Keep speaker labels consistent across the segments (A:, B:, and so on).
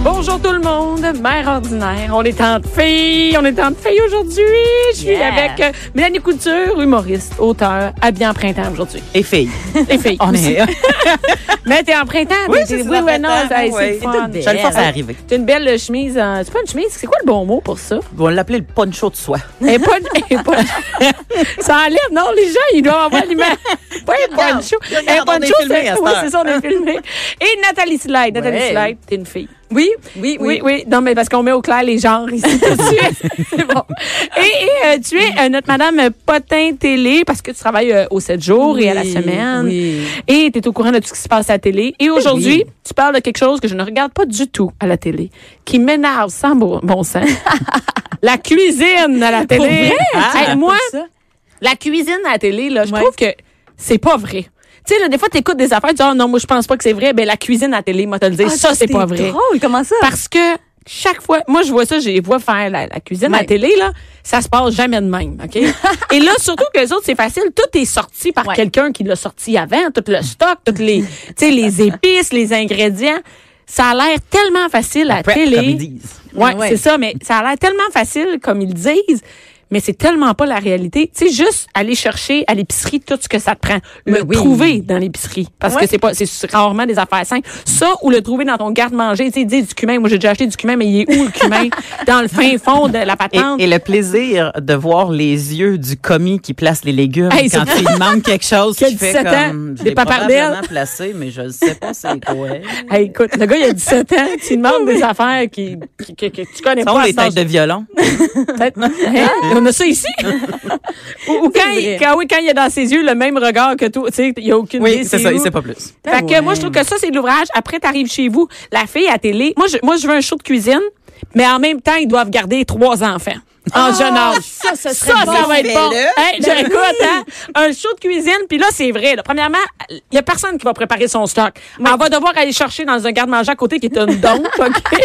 A: Bonjour tout le monde, mère ordinaire. On est en filles, on est en filles aujourd'hui. Je suis
B: Yeah.
A: avec euh, Mélanie Couture, humoriste, auteur, habillée en printemps aujourd'hui.
C: Et filles.
A: Les filles.
C: On
A: aussi.
C: est.
A: Mais t'es en printemps.
C: Oui,
A: t'es-
C: c'est
A: t'es-
C: ça,
A: oui,
C: en
A: ouais, non,
C: printemps,
A: ça, c'est
C: ouais.
A: le fun.
C: Je le force à arriver.
A: T'as une belle chemise. euh, c'est pas une chemise, c'est quoi le bon mot pour ça?
C: On va l'appeler le poncho de soie.
A: Elle est pas, elle est pas- ça enlève, non, les gens, ils doivent avoir l'image. Pas un
C: Regarde,
A: poncho.
C: regarde,
A: Un
C: on est
A: poncho,
C: filmé
A: c'est,
C: à cette
A: oui,
C: heure.
A: c'est ça, on est filmé. Et Nathalie Slide. Nathalie
B: Hein? Ouais.
A: Slide, t'es une fille.
B: Oui, oui,
A: Oui, oui. Non, mais parce qu'on met au clair les genres ici tout de suite. C'est bon. Et, et, euh, tu es euh, notre Madame Potin Télé parce que tu travailles euh, aux 7 jours et à la
B: Oui,
A: semaine.
B: oui.
A: Et tu es au courant de tout ce qui se passe à la télé. Et aujourd'hui, tu parles de quelque chose que je ne regarde pas du tout à la télé, qui m'énerve sans bon, bon sens. la cuisine à la
C: Pour
A: télé.
C: vrai? Ah,
A: Hey,
C: pour
A: moi,
B: ça?
A: la cuisine à la télé, là, je
B: Ouais.
A: trouve que c'est pas vrai. Tu sais, là, des fois, tu écoutes des affaires, tu dis, ah non, moi, je pense pas que c'est vrai. Ben, la cuisine à la télé, moi, te le dire, ça, c'est pas vrai.
B: Ah, drôle, comment ça?
A: Parce que chaque fois, moi, je vois ça, je les vois faire la, la cuisine à la
B: Ouais.
A: télé, là, ça se passe jamais de même, OK? Et là, surtout que les autres, c'est facile. Tout est sorti par
B: Ouais.
A: quelqu'un qui l'a sorti avant, tout le stock, toutes les, tu sais, les épices, les ingrédients. Ça a l'air tellement facile à la
C: Prep,
A: télé.
C: comme ils disent.
A: Ouais,
B: Ouais.
A: c'est ça, mais ça a l'air tellement facile, comme ils disent, mais c'est tellement pas la réalité. Tu sais, juste aller chercher à l'épicerie tout ce que ça te prend. Le
B: Mais oui.
A: trouver dans l'épicerie. Parce
B: Ouais.
A: que c'est pas, c'est rarement des affaires simples. Ça, ou le trouver dans ton garde-manger. Tu sais, ils disent du cumin. Moi, j'ai déjà acheté du cumin, mais il est où le cumin? dans le fin fond de la
C: Et,
A: patente.
C: et le plaisir de voir les yeux du commis qui place les légumes
A: Hey,
C: quand
A: c'est-
C: il demande quelque chose
A: Qui a
C: qui fait
A: 17 ans,
C: comme je
A: des
C: l'ai
A: papardelles.
C: probablement placé mais je ne sais pas c'est quoi.
A: Hey, écoute, le gars, il a 17 ans. Tu lui demandes des affaires qui, qui- que- que tu connais
C: Ça
A: pas.
C: on
A: à
C: les
A: cet âge-là.
C: têtes de violon.
A: Peut-être. Hein? On a ça ici. ou ou quand,
B: C'est
A: il,
B: vrai.
A: quand, oui, quand il a dans ses yeux le même regard que toi, tu sais, il n'y a aucune idée
C: Oui, c'est ça,
A: où.
C: il sait pas plus.
A: Fait que
B: Ben ouais.
A: moi, je trouve que ça, c'est de l'ouvrage. Après, t'arrives chez vous, la fille à télé. Moi je, moi, je veux un show de cuisine, mais en même temps, ils doivent garder trois enfants en jeune âge.
B: Ah, ça,
A: Ça,
B: ça serait bon. Ben
A: ça va être bon.
C: Fais-le.
A: Hey, j'écoute, hein? Un show de cuisine, puis là, c'est vrai. là. Premièrement, il n'y a personne qui va préparer son stock. On va devoir aller chercher dans un garde-manger à côté qui est une dompe, OK?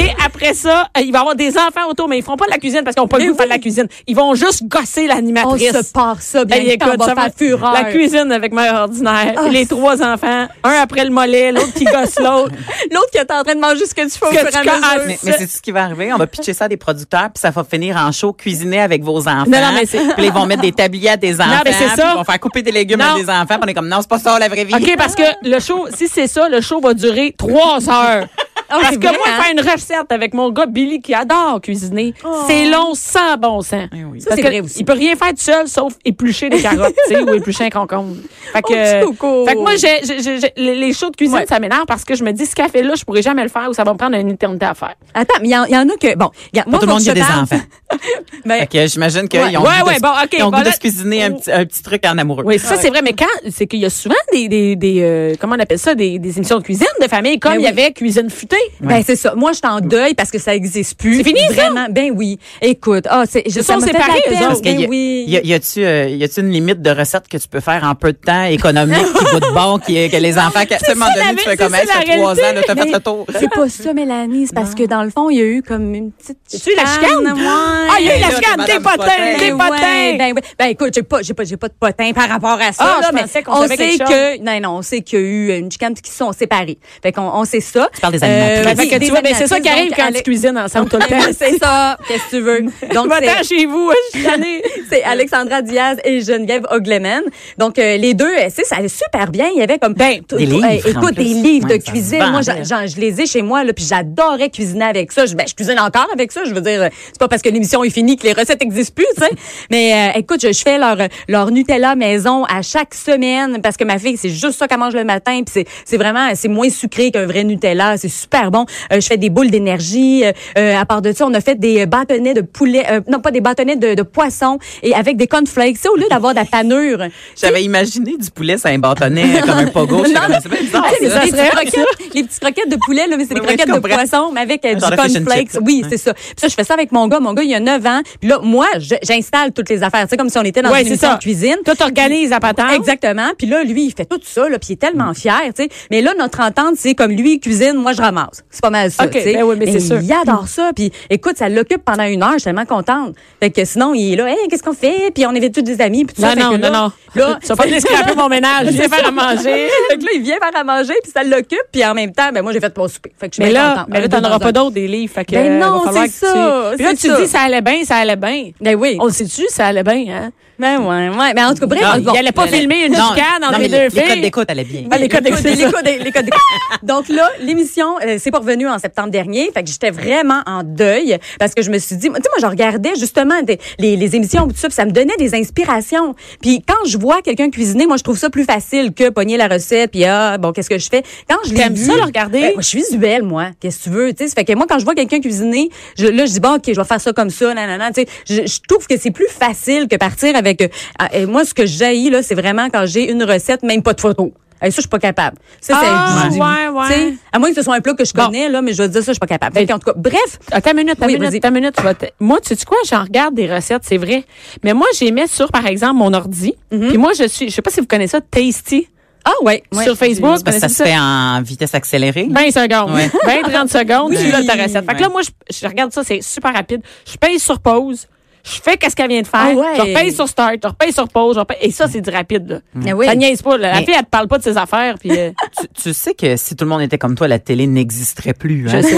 A: Et après ça, euh, il va y avoir des enfants autour, mais ils feront pas de la cuisine parce qu'ils n'ont pas le goût de faire de la cuisine. Ils vont juste gosser
B: Ben On
A: l'animatrice.
B: se part ça, bien
A: Hey, Ben, écoute,
B: on va
A: ça va-
B: faire fureur.
A: La cuisine avec mère ordinaire.
B: Ah,
A: les
B: c'est-
A: trois enfants, un après le mollet, l'autre qui gosse l'autre.
B: L'autre qui est en train de manger ce que tu fais au
A: Que
B: fur et
A: tu
B: à
A: casses.
B: mesure.
C: Mais, mais c'est ce qui va arriver. On va pitcher ça à des producteurs, puis ça va finir en show cuisiner avec vos enfants.
A: Non, non, mais c'est-
C: Puis ils vont mettre des tabliers à des enfants.
A: mais c'est
C: puis
A: ça.
C: Ils vont faire couper des légumes
A: Non.
C: à des enfants. puis on est comme, non, c'est pas ça la vraie vie.
A: OK, parce que le show, si c'est ça, le show va durer trois heures. Parce
B: c'est
A: que
B: vrai,
A: moi,
B: hein?
A: faire une recette avec mon gars Billy qui adore cuisiner,
B: Oh.
A: c'est long sans bon sens.
C: Eh oui. Ça,
A: Parce
B: c'est
A: que
B: vrai aussi.
A: Il peut rien faire tout seul sauf éplucher des carottes tu sais, ou éplucher un concombre. Fait que,
B: Oh, petit coco.
A: fait que moi, j'ai- j'ai- j'ai- j'ai- les les shows de cuisine,
B: Ouais.
A: ça m'énerve parce que je me dis, ce café-là, je pourrais jamais le faire ou ça va me prendre une éternité à faire.
B: Attends, mais il y, en- il y en a que. Bon, regarde, moi,
C: tout le
B: faut
C: monde
B: que
C: a des
B: je parle- ben,
C: enfants.
B: Mais-
C: Fait que j'imagine qu'ils
A: Ouais.
C: ont,
A: Ouais,
C: goût de-
A: ouais, bon, OK,
C: ils ont goût
A: voilà.
C: de se cuisiner un petit, un petit truc en amoureux.
A: Oui,
B: Ah
A: ça c'est vrai, mais quand c'est qu'il y a souvent des des, des euh, comment on appelle ça des, des émissions de cuisine de famille comme
B: Mais
A: il y
B: oui.
A: avait cuisine futée.
B: Ben c'est ça. Moi, je suis en deuil parce que ça existe plus.
A: C'est fini, ça?
B: Vraiment. Ben oui. Écoute, ah, c'est, je,
A: Ils sont
B: ça me fait de la
A: séparés, eux
B: peine.
A: autres.
C: Parce qu'il
B: Ben
C: y a-
B: oui.
C: y a- y a-tu euh, y a-tu une limite de recettes que tu peux faire en peu de temps, économique, qui goûte bon, qui que les enfants, qu'à
A: C'est
C: un moment
A: ça, la
C: donné, tu
A: vraie-
C: fais comme
A: c'est
C: hey,
A: ça,
C: ça
A: la
C: fait trois ans,
A: réalité.
C: là, t'as fait
B: Mais
C: le tour.
B: C'est pas ça, Mélanie. C'est parce que dans le fond, il y a eu comme une petite.
A: Tu sais, la chicane?
B: ouais.
A: Ah, il y a eu la
C: là,
A: chicane,
C: t'es
A: des
C: Madame
A: potins, des
C: Potin.
B: Ben ouais,
A: potins.
B: ben, ouais. ben écoute, j'ai pas, j'ai pas, j'ai pas de potin par rapport à ça.
A: Ah,
B: là,
A: je
B: mais
A: pensais qu'on
B: on
A: savait
B: sait
A: quelque
B: que, non, non, on sait qu'il y a eu une chicane qui sont séparés. Fait qu'on, on sait ça.
C: Tu parles des animatrices.
A: Fait que
B: oui,
A: tu
B: des
A: vois, ben, c'est ça qui arrive quand
B: animatrices, donc,
A: tu cuisines ensemble tout le
B: Alex-
A: temps.
B: c'est ça. Qu'est-ce que tu veux? Donc,
A: Va-t'en
B: c'est-
A: chez vous, je suis allée.
B: c'est Alexandra Diaz et Geneviève Ogleman. Donc, euh, les deux, euh, c'est- ça allait super bien. Il y avait comme... Ben,
C: des livres, en
B: écoute,
C: plus.
B: des livres
C: Ouais,
B: de
C: ça
B: cuisine.
C: vendait.
B: Moi, j'en- j'en- je les ai chez moi, là, puis j'adorais cuisiner avec ça. Je, ben, je cuisine encore avec ça. Je veux dire, euh, c'est pas parce que l'émission est finie que les recettes existent plus, tu sais. Mais euh, écoute, je, je fais leur, euh, leur Nutella maison à chaque semaine parce que ma fille, c'est juste ça qu'elle mange le matin. Puis c'est- c'est vraiment, c'est moins sucré qu'un vrai Nutella. C'est super bon. Euh, je fais des boules d'énergie. Euh, euh, à part de ça, on a fait des bâtonnets de poulet, euh, non, pas des bâtonnets de, de poisson et avec des cornflakes. Tu sais, au lieu d'avoir de la panure,
C: J'avais imaginé du poulet, c'est un bâtonnet comme un pogo. J'étais comme, C'est bien bizarre,
B: Ah, c'est
C: ça.
B: les, petites croquettes, les petites croquettes de poulet, là, mais c'est
C: Oui,
B: des
C: oui,
B: croquettes
C: je
B: de
C: comprends.
B: poisson, mais avec euh,
A: Ah,
B: du
C: Genre de fish and
B: cornflakes.
C: chips,
B: Oui, c'est ça. Puis ça, je fais ça avec mon gars. Mon gars, il y a 9 ans. Puis là, moi, je- j'installe toutes les affaires. C'est comme si on était dans
A: Ouais,
B: une
A: c'est
B: émission
A: ça.
B: de cuisine.
A: Toi, t'organises la patente. Mm.
B: Exactement. Puis là, lui, il fait tout ça, là, puis il est tellement fier, tu sais. Mais là, notre entente, c'est comme lui, il cuisine, moi, je ramasse. passe. C'est pas mal ça.
A: OK,
B: tu sais.
A: ben oui, mais c'est sûr.
B: Il adore ça. Puis écoute, ça l'occupe pendant une heure. Je suis tellement contente. Fait que sinon, il est là, hey, qu'est-ce qu'on fait? Puis on invite tous des amis. Puis tout
A: Non,
B: ça. Fait
A: non,
B: que
A: non,
B: là,
A: non.
B: Là,
A: Tu vas pas venir scraper mon ménage. Je vais faire à manger.
B: fait que là, il vient faire à manger, puis ça l'occupe, puis en même temps, ben moi, j'ai fait mon souper. Fait que je suis
A: Mais
B: bien
A: là,
B: contente.
A: mais là,
B: Un,
A: t'en
B: deux
A: auras
B: dans
A: pas
B: un.
A: d'autres des livres. Fait que,
B: Ben
A: euh, va
B: non,
A: falloir
B: c'est
A: que tu-
B: ça,
A: Puis là,
B: c'est
A: tu
B: ça.
A: dis, ça allait bien, ça allait bien.
B: Ben oui.
A: On le sait-tu, ça allait bien, hein?
B: Ben ouais, ouais. Ben en tout cas, bref,
C: Non,
B: bon.
A: Eh, il allait pas
B: Ben,
A: filmer une
C: Non,
A: chicane
C: non,
A: entre
C: mais
A: les deux
C: les codes
A: filles.
C: d'écoute allaient bien.
A: Ah, les codes
B: Les codes,
A: d'écoute, c'est ça.
B: les codes, les codes. Donc là, l'émission, euh, c'est pas revenu en septembre dernier. Fait que j'étais vraiment en deuil parce que je me suis dit, tu sais, moi, je regardais justement des- les, les émissions, tout ça, puis ça me donnait des inspirations. Puis quand je vois quelqu'un cuisiner, moi, je trouve ça plus facile que pogner la recette, puis ah, bon, qu'est-ce que je fais? Quand je l'ai
A: T'aimes
B: vu-
A: ça, le regarder?
B: Ben, moi, je suis visuelle, moi. Qu'est-ce que tu veux? Tu sais, ça fait que moi, quand je vois quelqu'un cuisiner, je, là, je dis, bon, OK, je vais faire ça comme ça, nanana. Tu sais, je, je trouve que c'est plus facile que partir avec... euh, ah, et moi, ce que j'ai là, c'est vraiment quand j'ai une recette, même pas de photo. Hey, ça, je suis pas capable. Ça, c'est
A: Ah,
B: du-
A: ouais, ouais.
B: tu sais, À moins que ce soit un plat que je
A: Bon.
B: connais, là, mais je veux dire ça, je suis pas capable. Fait que, en tout cas, bref.
A: Attends une Ah, minute, attends
B: Oui,
A: une minute,
B: vas-y.
A: attends une minute. tu vas te- Moi, tu sais quoi, j'en regarde des recettes, c'est vrai. Mais moi, j'ai mis sur, par exemple, mon ordi.
B: Mhm.
A: Puis moi, je suis, je sais pas si vous connaissez ça, Tasty.
B: Ah, ouais. ouais.
A: sur Facebook,
C: Parce que ça
A: connaissez
C: se fait en vitesse accélérée.
B: Ben,
A: 20 secondes. 20,
C: Ouais.
A: 30 Ben, secondes,
B: Oui.
A: tu l'as ta recette. Fait que là,
C: Ouais.
A: moi, je, je regarde ça, c'est super rapide. Je paye sur pause. Je fais qu'est-ce qu'elle vient de faire.
B: Ah ouais.
A: Je repaye sur start, je repaye sur pause. je repaye- Et ça, c'est du rapide, là.
B: Ah oui.
A: Ça niaise pas, là. La
C: Mais-
A: fille, elle te parle pas de ses affaires, puis euh,
C: Tu, tu sais que si tout le monde était comme toi, la télé n'existerait plus.
A: je
C: hein?
A: sais.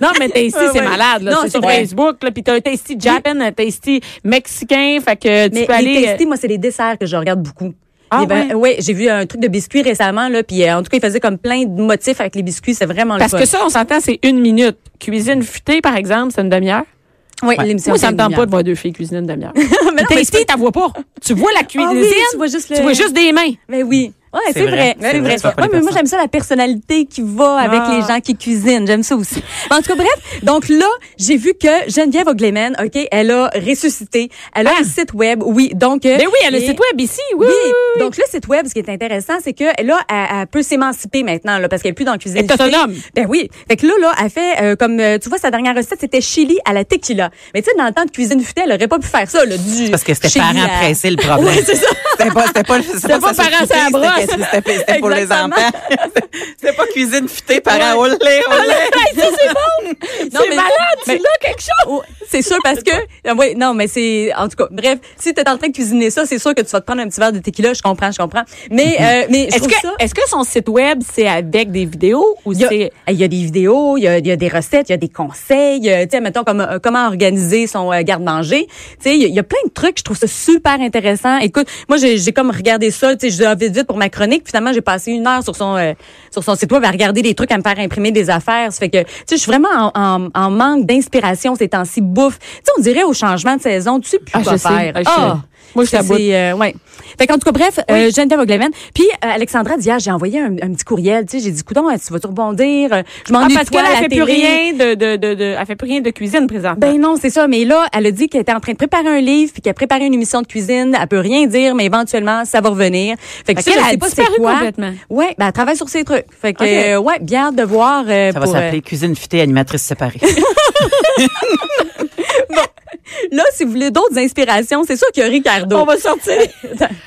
A: Non, mais Tasty,
B: Ah ouais.
A: c'est malade, là.
B: Non,
A: C'est
B: c'est
A: sur
B: vrai.
A: Facebook, là. Puis t'as un Tasty Japan, un Tasty mexicain. Fait que tu
B: Mais
A: peux aller. euh,
B: les tasty, moi, c'est les desserts que je regarde beaucoup.
A: Ah
B: Les vin-
A: ouais?
B: ouais, j'ai vu un truc de biscuits récemment là, puis euh, en tout cas, il faisait comme plein de motifs avec les biscuits, c'est vraiment
A: Parce
B: le
A: que ça,
B: fun.
A: on s'entend, c'est une minute. Cuisine futée, par exemple, c'est une demi-heure.
B: Oui, l'émission.
A: Moi, ça me tente
B: régulière.
A: pas de voir deux filles cuisiner une demi-heure.
B: mais non, mais
A: Tasty, t'as vois pas. Tu vois la cuisine,
B: Ah oui, tu vois juste le-
A: tu vois juste des mains.
B: Mais oui. Ouais,
C: C'est
B: c'est vrai,
C: vrai,
B: c'est
C: c'est
B: vrai.
C: vrai, tu vois pas
B: Ouais,
C: les
B: mais moi
C: personnes.
B: j'aime ça la personnalité qui va avec
A: Ah.
B: les gens qui cuisinent, j'aime ça aussi. En tout cas bref, donc là, j'ai vu que Geneviève Ogleman, OK, elle a ressuscité, elle a un site web, oui, donc
A: Mais
B: euh,
A: Ah. Ben oui, elle a le
B: et-
A: site web ici. Oui,
B: Oui,
A: oui, oui.
B: donc le site web, ce qui est intéressant, c'est que là, elle, elle peut s'émanciper maintenant, là, parce qu'elle est plus dans la cuisine.
A: Elle est autonome.
B: Ben oui. Fait que là, là, elle fait, euh, comme euh, tu vois, sa dernière recette, c'était chili à la tequila. Mais tu sais, dans le temps de cuisine futée, elle aurait pas pu faire ça, là, du.
C: Parce que c'était
B: chili
C: parents
B: à-
C: pressés le problème.
B: Oui, c'est ça.
C: C'était pas, c'était pas, c'était
A: pas
C: ça,
A: parents
C: c'était-
A: à la brosse.
C: C'était, c'était- c'était pour les
B: Exactement.
C: enfants. c'était pas cuisine futée parents. Olé, olé.
B: Non, mais- mais-
A: l'as quelque chose.
B: Oh, c'est sûr parce que Ah oui, non mais c'est en tout cas bref si t'es en train de cuisiner ça c'est sûr que tu vas te prendre un petit verre de tequila je comprends je comprends mais euh, mais je
A: Mm-hmm. Est-ce
B: trouve
A: que,
B: ça
A: est-ce que son site web, c'est avec des vidéos ou
B: il y, a,
A: c'est... Ah,
B: il y a des vidéos, il y a, il y a des recettes, il y a des conseils, euh, tu sais, mettons comme, euh, comment organiser son euh, garde-manger, tu sais, il y, a- il y a plein de trucs, je trouve ça super intéressant. Écoute, moi j'ai j'ai comme regardé ça, tu sais, je l'ai vite vite pour ma chronique, finalement j'ai passé une heure sur son euh, sur son site web à regarder des trucs, à me faire imprimer des affaires, ça fait que tu sais, je suis vraiment en, en- en manque d'inspiration ces temps-ci bouffe. Tu sais, on dirait au changement de saison, tu sais plus
A: Ah,
B: quoi
A: je sais.
B: faire.
A: Ah, je sais. Moi, je
B: c'est-
A: t'aboute.
B: c'est, euh, ouais. Fait qu'en tout cas, bref, euh, Geneviève Ogleven. Puis euh, Alexandra, d'hier, j'ai envoyé un, un petit courriel. Tu sais, j'ai dit, coudon, tu vas-tu rebondir? Euh, Je
A: Ah,
B: m'ennuie
A: parce
B: de toi
A: qu'elle
B: à
A: elle
B: la
A: fait plus
B: télé.
A: rien de, de, de, de- elle fait plus rien de cuisine présentement.
B: Ben non, c'est ça. Mais là, elle a dit qu'elle était en train de préparer un livre, puis qu'elle préparait une émission de cuisine. Elle peut rien dire, mais éventuellement, ça va revenir. Fait que
A: Fait
B: ça,
A: qu'elle
B: je
A: a
B: sais pas c'est
A: disparu
B: quoi.
A: complètement.
B: Ouais, ben elle travaille sur ses trucs. Fait que
A: Ok.
B: euh, ouais, bien hâte de voir. euh,
C: Ça va
B: pour, euh,
C: s'appeler cuisine futée animatrice séparée.
B: là, si vous voulez d'autres inspirations, c'est sûr qu'il y a Ricardo.
A: On va sortir.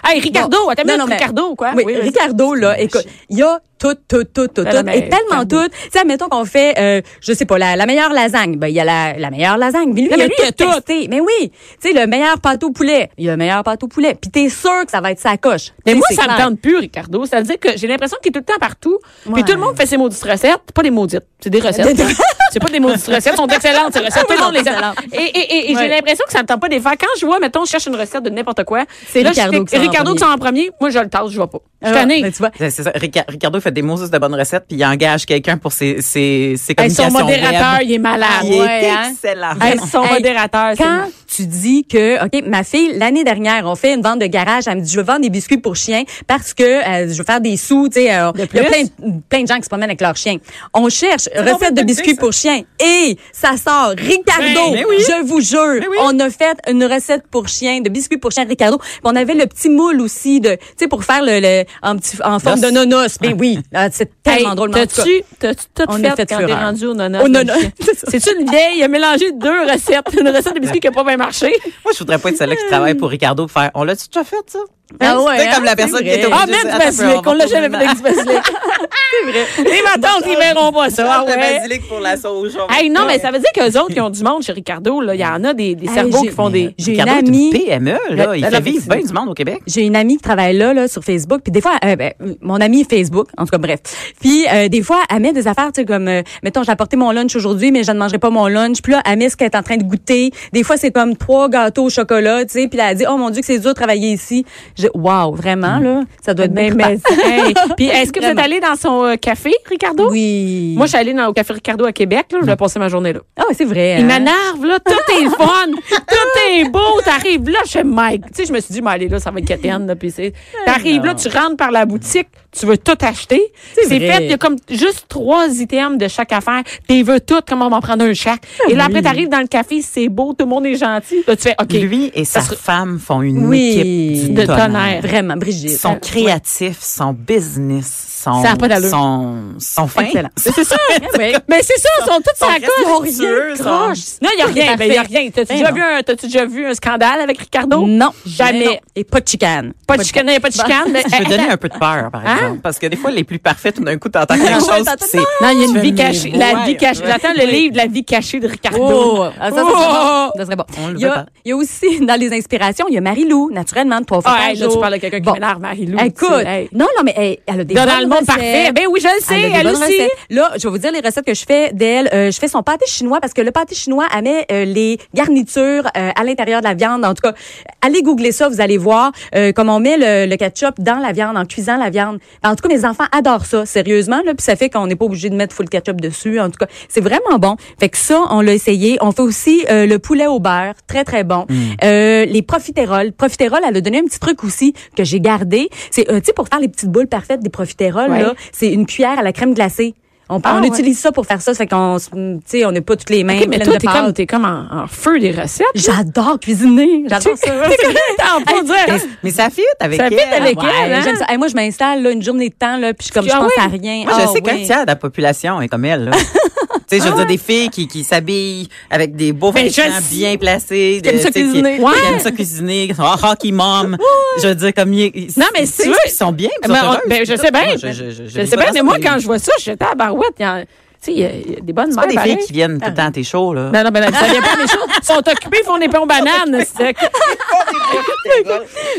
A: hey, Ricardo,
B: Bon.
A: attends,
B: Non,
A: non,
B: non, mais-
A: Ricardo, quoi.
B: Oui,
A: vas-y.
B: Ricardo, là, écoute, il y a tout, tout, tout, tout,
A: Ben Non,
B: tout,
A: non, mais
B: et tellement
A: Ricardo.
B: tout. Tu sais, admettons qu'on fait, euh, je sais pas, la, la meilleure lasagne. Ben, il y a la, la meilleure lasagne. Mais lui,
A: Non,
B: il
A: mais
B: a
A: lui,
B: tout
A: il a tout.
B: testé. Mais oui. Tu sais, le meilleur pâte au poulet. Il y a le meilleur pâte au poulet. Puis t'es sûr que ça va être sa coche.
A: Mais
B: Tu sais,
A: moi,
B: c'est
A: ça me
B: clair.
A: tente plus, Ricardo. Ça veut dire que j'ai l'impression qu'il est tout le temps partout.
B: Ouais.
A: Puis tout le monde fait ses maudites recettes. Pas des maudites, c'est des recettes. c'est pas des maudites recettes, sont excellentes, ces recettes. Tout le monde les a. Et, et, et, et
B: Ouais.
A: j'ai l'impression que ça me tente pas des faire. Quand je vois, mettons, je cherche une recette de n'importe quoi.
B: C'est
A: là, je fais-
B: Ricardo qui sort en
A: Ricardo
B: premier.
A: qui sort en premier. Moi, je le tasse, je vois pas. Je
B: Ah,
A: suis tannée.
B: ben, tu vois.
C: c'est, c'est ça. Rica- Ricardo fait des mots de bonnes recettes puis il engage quelqu'un pour ses, ses, ses
A: Hey, son
C: communications
A: modérateur,
C: web. Ah,
A: il est malade.
C: Il est
B: Ouais, hein?
C: excellent.
A: Hey, son
B: Hey,
A: modérateur, c'est
B: Quand tu dis que, OK, ma fille, l'année dernière, on fait une vente de garage, elle me dit, je veux vendre des biscuits pour chiens parce que euh, je veux faire des sous, tu sais, euh, il y a
A: plus?
B: plein, de- plein de gens qui se promènent avec leurs chiens. On cherche
C: Ah
B: recette de
C: bonne
B: biscuits
C: idée, ça.
B: pour chiens et ça sort Ricardo,
C: Ben, mais oui.
B: je vous jure,
C: oui.
B: on a fait une recette pour chiens, de biscuits pour chiens Ricardo. Puis on avait le petit moule aussi de, tu sais, pour faire le, le- en, petit, en forme
C: Noce.
B: de nonos. Mais oui, ah, c'est tellement
A: Hey,
B: drôle. mais en tout cas-
A: T'as-tu t'as-tu tout
B: On a
A: fait,
B: fait
A: quand t'es
B: fureur.
A: rendu au nonas?
B: Au
A: de
B: nonas,
A: chien?
B: c'est ça.
A: C'est-tu une vieille? Il a mélangé deux recettes. Une recette de biscuit qui a pas bien marché.
C: Moi, je voudrais pas être celle-là qui travaille pour Ricardo pour faire. On l'a-tu déjà fait, ça?
B: Ah ouais,
C: Tu sais, comme
B: hein,
C: la personne
B: c'est
C: qui était
B: vrai.
C: au
A: Ah, mais du basilic. On l'a jamais fait avec du basilic. C'est vrai. Les matons qui verront pas ça. Ah
D: Le
A: ouais.
D: basilic pour la sauce jaune.
A: Hey, non, mais ça veut dire qu'eux autres qui ont du monde chez Ricardo, là, il y en a des, des
B: hein. Hey,
A: cerveaux
B: j'ai-
A: qui font des.
B: J'ai une
C: Ricardo est
B: amie.
C: PME, E, là.
B: Ben,
C: Il
B: ben,
C: fait
B: non, mais
C: vivre
B: c'est-
C: bien du monde au Québec.
B: J'ai une amie qui travaille là, là, sur Facebook. Puis des fois, euh, ben, mon amie est Facebook, en tout cas, bref. Puis euh, des fois, elle met des affaires, tu sais, comme, euh, mettons, j'ai apporté mon lunch aujourd'hui, mais je ne mangerai pas mon lunch. Puis là, elle met ce qu'elle est en train de goûter. Des fois, c'est comme trois gâteaux au chocolat, tu sais. Puis là, elle dit, oh mon Dieu, que c'est dur de travailler ici. J'ai, wow, vraiment, là, ça doit être bien
A: Mais,
B: mais,
A: mais, hey. Puis est-ce que vous êtes
B: Vraiment.
A: allé dans son euh, café, Ricardo?
B: Oui.
A: Moi, je suis allée dans, au café Ricardo à Québec, là, je vais passer ma journée là.
B: Ah, ouais, c'est vrai.
A: Il
B: hein?
A: m'énerve, là. Tout est fun. tout est beau. T'arrives là, je fais Mike. Tu sais, je me suis dit, mais allez, là, ça va être Catherine, là. Puis c'est. T'arrives là, tu rentres par la boutique, tu veux tout acheter. C'est
B: vrai.
A: fait, il y a comme juste trois items de chaque affaire. T'es veux tout, comment on va en prendre un chaque. Et là, après, t'arrives dans le café, c'est beau, tout le monde est gentil. Là, tu fais, OK.
C: Lui et sa
A: Parce que-
C: femme font une
B: Oui.
C: équipe du
A: De tonnerre.
B: Vraiment, Brigitte. Hein,
C: Ils sont créatifs, sont business, sont
A: Ça a pas d'allure.
C: sont sont fins.
B: Excellent.
C: C'est ça.
B: Ouais.
A: Mais c'est ça, ils sont tous sur la
C: restent
A: coche.
C: respectueux, ils sont-
A: Croche. Non, il n'y a rien. Ben, il n'y a rien. T'as-tu
B: Ben
A: déjà,
B: non.
A: vu un- t'as-tu déjà vu un scandale avec Ricardo?
B: Non,
A: Jamais.
B: non. Et pas de chicane.
A: Pas de chicane, il n'y a pas de chicane. mais-
C: Je peux donner un peu de peur, par
A: Eh, Hein?
C: exemple, parce que des fois les plus parfaits, tout d'un coup, t'entends quelque
B: Ah ouais,
C: chose,
B: t'entends-
C: puis c'est
A: Non, il y a une
C: Tu
A: vie
C: fais
A: cachée.
C: mes-
A: La
C: Ouais,
A: vie cachée.
C: ouais.
A: J'attends le livre de la vie cachée de Ricardo.
B: Oh, ah, ça, ça, serait
A: Oh!
B: bon. ça serait bon.
C: On le
B: Il y,
C: veut
B: a,
C: pas.
B: il y a aussi, dans les inspirations, il y a Marie-Lou, naturellement, de trois fois
A: Ah,
B: par
A: hey, là,
B: jour.
A: tu parles de quelqu'un qui
B: Bon.
A: m'énerve, Marie-Lou.
B: Écoute,
A: tu sais, hey.
B: non, non, mais hey, elle a des
A: Dans,
B: bonnes
A: dans le monde
B: recettes.
A: parfait. Ben oui, je le sais,
B: Elle a des
A: elle,
B: bonnes
A: aussi.
B: recettes. Là, je vais vous dire les recettes que je fais d'elle. Euh, je fais son pâté chinois parce que le pâté chinois, elle met euh, les garnitures euh, à l'intérieur de la viande. En tout cas, allez googler ça, vous allez voir euh, comment on met le, le ketchup dans la viande, en cuisant la viande. En tout cas, mes enfants adorent ça, sérieusement. Là, puis ça fait qu'on n'est pas obligé de mettre full ketchup dessus. En tout cas, c'est vraiment bon. Fait que ça, on l'a essayé. On fait aussi euh, le poulet au beurre, très très bon.
A: Mm.
B: Euh, les profiteroles, profiteroles, elle a donné un petit truc aussi que j'ai gardé. C'est euh, tu sais pour faire les petites boules parfaites des profiteroles
A: Ouais.
B: là, c'est une cuillère à la crème glacée. On,
A: Ah,
B: on
A: ouais.
B: utilise ça pour faire ça, fait qu'on, se- tu sais, on n'est pas toutes les mains
A: Ok, mais
B: pleines
A: toi,
B: de
A: t'es
B: pâtes.
A: comme, t'es comme en, en feu des recettes.
B: J'adore cuisiner, j'adore ça.
A: Attends, pour
C: Mais,
A: dire.
C: mais ça fit avec
A: Ça
C: elle.
A: fit avec
C: Ouais.
A: elle, hein?
B: J'aime ça. Hey, moi, je m'installe là, une journée de temps là, puis je, comme je
A: Ah
B: pense
A: oui?
B: à rien.
C: Moi, je
B: Ah
C: sais qu'un
B: oui.
C: tiers de la population est comme elle. là. tu sais, je veux dire, des filles qui, qui s'habillent avec des beaux
A: Ben, je
C: vêtements
A: sais.
C: bien placés.
B: aiment
C: de-
B: ça
C: tu sais, qui-
B: cuisiner.
C: Qui,
A: Ouais.
C: aiment ça cuisiner, qui sont ah, hockey mom. Je veux dire, comme... ils- ils-
A: Non, mais
C: ils-
A: si tu
C: ils-
A: veux-
C: Ils sont bien, ils sont
A: Ben, on-
C: heureuses.
A: ben, je sais bien.
C: Moi,
A: Je,
C: je
A: sais bien, mais moi, quand je vois ça, j'étais à Barouette. il y en- Tu sais, il y, a- il y a des bonnes
C: C'est pas
A: mères.
C: des
A: pareil. Ben,
C: filles qui viennent tout le temps à tes shows, là.
A: Non, non, mais ça vient pas des choses. Ils sont occupés, ils font des pains aux bananes. c'est-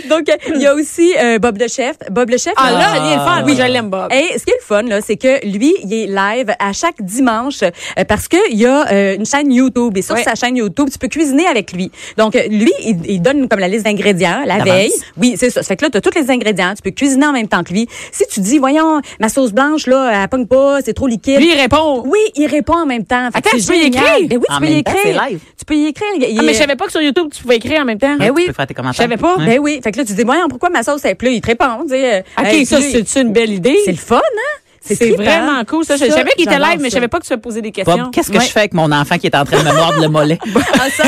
B: Donc, euh, il y a aussi euh, Bob le chef. Bob le chef.
A: Ah là,
C: Ah.
A: il est fun. Oui, je l'aime, Bob.
B: Et ce qui est le fun, là, c'est que lui, il est live à chaque dimanche euh, parce qu'il y a euh, une chaîne YouTube. Et sur
A: Ouais.
B: sa chaîne YouTube, tu peux cuisiner avec lui. Donc, euh, lui, il, il donne comme la liste d'ingrédients la
C: D'avance.
B: veille. Oui, c'est ça. Ça fait que là, tu as tous les ingrédients. Tu peux cuisiner en même temps que lui. Si tu dis, voyons, ma sauce blanche, là, elle pogne pas, c'est trop liquide.
A: Lui, il répond.
B: oui, il répond en même temps. Fait que
A: Attends,
B: c'est
A: tu peux y
B: génial.
A: écrire?
B: Ben oui, tu
C: En
B: peux y
C: même temps,
B: écrire.
C: c'est live.
B: Tu peux y écrire. Il-
A: Ah, mais
B: il-
A: je savais pas que sur YouTube, tu pouvais écrire en même temps.
C: Tu
B: Ben oui.
C: peux faire tes
A: Je
C: commentaires. Hein?
A: savais pas.
C: Ouais.
B: Ben oui. Fait que là, tu dis, voyons, pourquoi ma sauce, elle pleut? Il te répond. tu sais, euh,
A: OK,
B: hey,
A: ça,
B: puis lui,
A: c'est une belle idée.
B: c'est le fun, hein?
A: C'est
B: trippant.
A: vraiment cool, ça. Je savais qu'il était
B: j'adore
A: live, mais je
B: ça.
A: savais pas que tu as posé des questions.
C: Bob, qu'est-ce que
B: Ouais.
C: je fais avec mon enfant qui est en train de me mordre le mollet?
B: Ah, ça?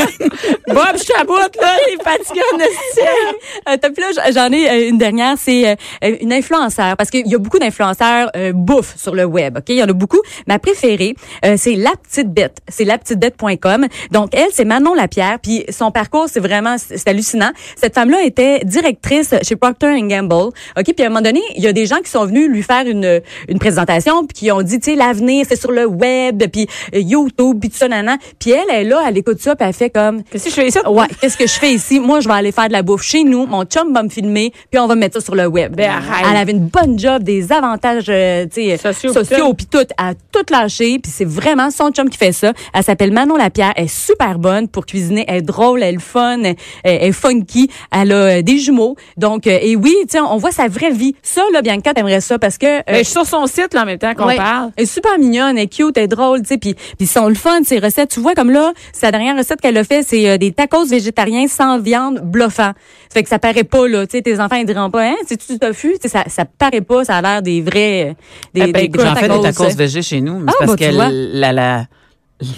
A: Bob, je t'aboute, là. Il est fatigué, en esti.
B: Euh, t'as- puis là, j'en ai euh, une dernière, c'est euh, une influenceur, parce qu'il y a beaucoup d'influenceurs euh, bouffe sur le web, OK? Il y en a beaucoup. Ma préférée, euh, c'est La Petite Bête. C'est lapetitebête.com. Donc, elle, c'est Manon Lapierre, puis son parcours, c'est vraiment, c'est c'est hallucinant. Cette femme-là était directrice chez Procter Gamble, OK? Puis à un moment donné, il y a des gens qui sont venus lui faire une, une présentation, puis qui ont dit, tu sais, l'avenir, c'est sur le web, puis euh, YouTube, puis tout ça, nanan. Puis elle, elle est là, elle écoute ça, puis elle fait comme...
A: Qu'est-ce que je fais ici?
B: Ouais, qu'est-ce que je fais ici? Moi, je vais aller faire de la bouffe chez nous. Mon chum va me filmer, puis on va mettre ça sur le web.
A: Ben, arrête.
B: Elle avait une bonne job, des avantages euh, tu sais,
A: Sociaux,
B: sociaux, puis tout. Elle a tout lâché, puis c'est vraiment son chum qui fait ça. Elle s'appelle Manon Lapierre. Elle est super bonne pour cuisiner. Elle est drôle, elle est fun, elle elle est funky. Elle a euh, des jumeaux. Donc, euh, et oui, tu sais, on voit sa vraie vie. Ça, là, Bianca, t'aimerais ça parce que... euh,
A: Ben, je suis sur son site, là, en même temps qu'on
B: Ouais.
A: parle.
B: Elle est super mignonne, elle est cute, elle est drôle, tu sais, puis puis sont le fun ces recettes. Tu vois comme là, sa dernière recette qu'elle a fait, c'est euh, des tacos végétariens sans viande bluffant. Ça fait que ça paraît pas là, tu sais, tes enfants ils diront pas hein, c'est tu du tofu, tu sais ça ça paraît pas, ça a l'air des vrais euh, des,
A: Eh ben,
B: des
A: écoute,
B: vrais
C: J'en fais des tacos
B: hein.
C: végé chez nous, mais
B: Ah,
C: c'est parce
B: bah, tu
C: que
B: vois.
C: la, la-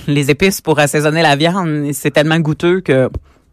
C: les épices pour assaisonner la viande, c'est tellement goûteux que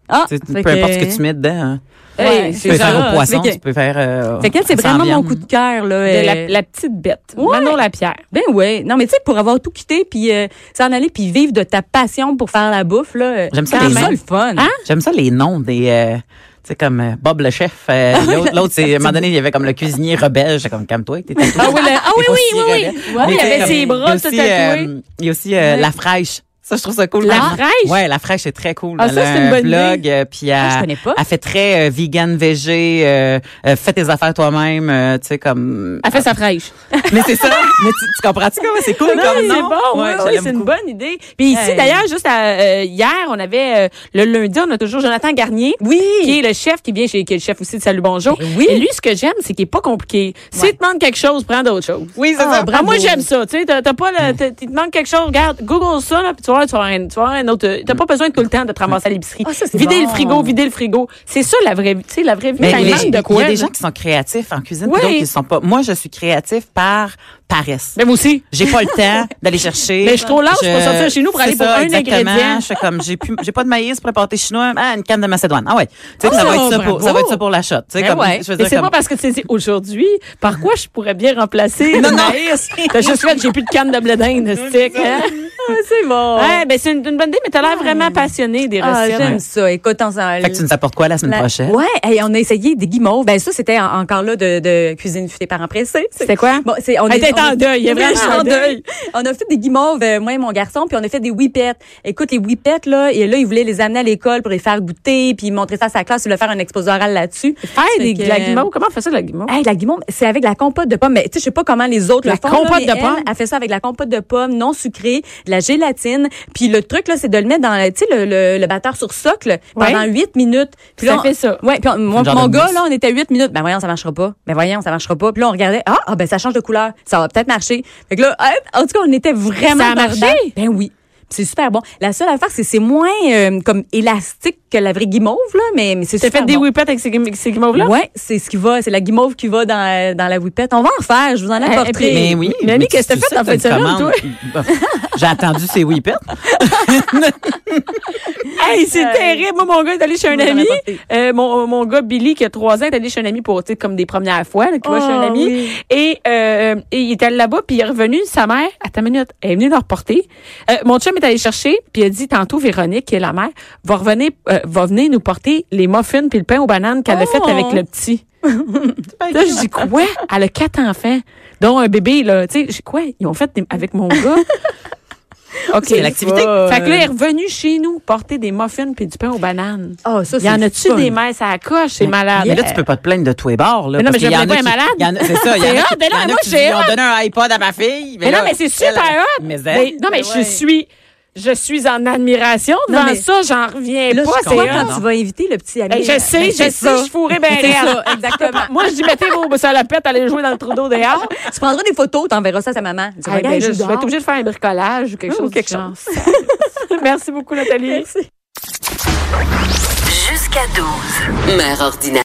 B: Ah,
C: tu sais,
B: fait
C: peu importe ce que tu mets dedans. hein.
A: Hey,
B: Ouais.
C: Tu
A: c'est
C: peux
A: ça.
C: faire au poisson,
B: fait que-
C: tu peux faire. euh,
B: Fait que elle, c'est
C: sans
B: vraiment mon
C: viande.
B: coup de cœur là.
A: De
B: euh,
A: la, la petite bête.
B: Ouais.
A: Manon Lapierre.
B: Ben ouais. Non mais tu sais pour avoir tout quitté puis euh, s'en aller puis vivre de ta passion pour faire la bouffe là. euh,
C: J'aime ça,
B: c'est
C: les
B: ça
C: gens. Ah,
B: le fun.
A: Hein?
C: J'aime ça les noms des. euh, tu C'est comme euh, Bob le chef. euh, l'autre, l'autre, c'est, à un moment donné, il y avait comme le cuisinier rebelle. J'étais comme, calme-toi. t'es- t'es-
A: Ah oui, le- ah oui,
C: t'es pas
A: oui,
C: si
A: oui, oui. Ouais,
C: rebelle. Mais
A: il
C: tu sais,
A: avait
C: comme-
A: ses bras
C: il y a
A: tout
C: aussi, euh,
A: tatoués.
C: il y a aussi euh, La Fraîche. Ça, je trouve ça cool.
A: La
C: Vraiment.
A: Fraîche?
C: Ouais, La Fraîche, c'est très cool.
A: Ah, ça,
C: Elle a
A: c'est une
C: un
A: bonne
C: blog, euh, puis elle,
B: Ah, je connais pas.
C: elle fait très euh, vegan, végé, euh, euh, fais tes affaires toi-même, euh, tu sais, comme...
A: Elle fait sa fraîche.
C: Mais c'est ça. Mais tu, tu comprends-tu comment c'est cool
A: Oui,
C: comme
A: c'est
C: nom?
A: bon, oui,
C: Ouais, je
A: oui,
C: l'aime
A: c'est une
C: beaucoup.
A: bonne idée. Puis ici,
B: Hey.
A: d'ailleurs, juste à, euh, hier, on avait euh, le lundi, on a toujours Jonathan Garnier.
B: Oui.
A: Qui est le chef qui vient chez qui est le chef aussi de Salut Bonjour.
B: Ben oui.
A: Et lui, ce que j'aime, c'est qu'il est pas compliqué. S'il te demande quelque chose, prends d'autres choses.
C: Oui, c'est
B: Ah,
C: ça.
A: Ah,
B: bravo.
A: moi, j'aime ça. Tu sais, t'as t'as pas le, t'as- il te manque quelque chose, regarde, Google ça, là, puis tu vas voir, tu vas avoir un, tu vas avoir un autre, t'as pas besoin tout le temps de te ramasser à l'épicerie.
B: Ah, ça, c'est
A: vider le
B: bon.
A: frigo, vider le frigo. C'est ça, la vraie vie, tu sais, la vraie vie.
C: Mais
A: Quand il
C: les-
A: manque
C: il y
A: de
C: a
A: quoi.
C: des
A: là.
C: gens qui sont créatifs en cuisine,
A: Oui.
C: puis d'autres qui ne sont pas. Moi, je suis créatif par paresse.
A: Mais Ben, moi aussi.
C: J'ai pas le temps d'aller chercher.
A: Mais je suis trop lâche pour sortir chez nous pour
C: c'est
A: aller pour
C: ça,
A: un
C: exactement.
A: ingrédient.
C: Je suis comme j'ai plus j'ai pas de maïs pour le pâté chinois, ah, une canne de macédoine. Ah ouais. Tu sais,
A: Oh,
C: ça va être ça
A: bravo.
C: pour ça va être ça pour la shot. Tu sais
B: Ben
C: comme
B: ouais.
C: je veux
A: Mais
C: dire
A: c'est
C: comme
A: pas parce que tu t'es dit aujourd'hui, par quoi je pourrais bien remplacer le maïs? T'as juste fait, j'ai plus de canne de blé d'Inde, stick. Hein?
B: Ah, c'est bon.
A: Ouais, ben c'est une, une bonne idée, mais t'as l'air vraiment passionné des
B: Ah,
A: recettes.
B: j'aime ça. Écoute, on s'en...
C: fait que tu nous apportes quoi la semaine
B: La-
C: prochaine
B: Ouais, hey, on a essayé des guimauves. Ben ça, c'était en- encore là de, de cuisine futée par pressés.
A: C'était quoi?
B: Bon, c'est on
A: Elle était
B: on
A: Hein? en deuil, elle est
B: Oui,
A: vraiment
B: je suis
A: en
B: en
A: deuil.
B: deuil. On a fait des guimauves, euh, moi et mon garçon, puis on a fait des whippets. Écoute, les whippets là, et là ils voulaient les amener à l'école pour les faire goûter, puis montrer ça à sa classe, et le faire un exposé oral là-dessus.
A: Hey,
B: Fait
A: des,
B: que,
A: de la guimauve, comment on fait ça, de la guimauve?
B: Hey, la guimauve, c'est avec la compote de pomme. Mais tu sais, je sais pas comment les autres
A: La
B: le font.
A: compote
B: là, mais
A: de
B: elle,
A: pomme?
B: Elle fait ça avec la compote de pomme non sucrée, de la gélatine. Puis le truc, là, c'est de le mettre dans, le- tu sais, le, le, le batteur sur socle pendant
A: Ouais.
B: 8 minutes. Puis
A: Ça
B: là, on-
A: fait ça.
B: Ouais, puis on- mon,
C: genre
B: mon
C: de
B: gars,
C: mousse.
B: là, on était à 8 minutes. Ben voyons, ça marchera pas. Ben voyons, ça marchera pas. Puis là, on regardait. Ah, ah, ben ça change de couleur. Ça va peut-être marcher. Fait que là, hop, en tout cas, on était vraiment
A: Ça a marché?
B: perdants. Ben oui. Puis C'est super bon. La seule affaire, c'est que c'est moins euh, comme élastique que la vraie guimauve, là, mais, mais c'est
A: T'as
B: super
A: fait des
B: bon.
A: whippets avec ces, guim- ces guimauves-là?
B: Ouais, c'est ce qui va, c'est la guimauve qui va dans, euh, dans la whippette. On va en refaire, je vous en
A: Eh,
B: apporterai.
A: eh,
C: Mais oui.
A: Mélanie,
C: mais tu-
A: qu'est-ce que
C: tu
A: t'as fait
C: sais,
A: en fin de
C: t'as une
A: semaine,
C: commande. J'ai attendu ces whippets.
A: Hey, c'est
B: Euh,
A: terrible. Moi, mon gars est allé chez un
B: vous en
A: ami.
B: apportez.
A: Euh, mon, mon gars Billy, qui a trois ans, est allé chez un ami pour, tu sais, comme des premières fois, là, qui va
B: Oh,
A: chez un ami.
B: oui.
A: Et, euh, et il est allé là-bas, puis il est revenu. Sa mère, à ta minute, elle est venue le reporter. Euh, mon chum est allé chercher, puis il a dit tantôt, Véronique, qui est la mère, va revenir, euh, va venir nous porter les muffins puis le pain aux bananes qu'elle a
B: Oh.
A: fait avec le petit. Là, je dis quoi? Elle a quatre enfants, dont un bébé, là. Tu sais, je dis quoi? Ils ont fait des- avec mon gars. OK.
C: C'est l'activité.
A: Fait que là, il est revenu chez nous porter des muffins puis du pain aux bananes.
B: Ah, ça,
A: Il y en
B: c'est
A: a-tu
B: fun.
A: des messes à la coche? C'est malade.
C: Mais là, tu peux pas te plaindre de tous les bords. Là,
A: Mais non,
C: parce
A: mais je
C: qu'il y
A: me
C: en a
A: plains pas,
C: qui-
A: elle est malade.
C: il y en a- C'est ça. il y en
A: C'est
C: a
A: hot,
C: qui-
A: mais là,
C: il y en a
A: moi,
C: qui
A: j'ai
C: disent,
A: hot.
C: On donne un iPod à ma fille.
A: Mais non,
C: là,
A: mais c'est super
C: elle-
A: hot.
C: Mais elle-
A: Ben, non, mais
B: Mais
A: je
B: ouais.
A: suis, je suis en admiration
B: Non,
A: devant
B: mais-
A: ça. J'en reviens
B: Là,
A: pas.
B: je
A: C'est
B: crois
A: hot.
B: quand tu vas inviter le petit ami. euh, ben,
A: Hey, je sais, je sais, je suis fourrée bien
B: C'est
A: raide.
B: ça, exactement.
A: Moi, je dis, mettez vos salopettes, allez jouer dans le trou d'eau dehors.
B: Tu prendras des photos, t'enverras ça à sa maman. Tu
A: Ah,
B: vas
A: ben,
B: bien
A: je je vais être
B: dehors.
A: obligée de faire un bricolage ou quelque
B: Ou
A: chose. du
B: quelque
A: genre. Merci beaucoup, Nathalie.
D: Jusqu'à 12. Mère ordinaire.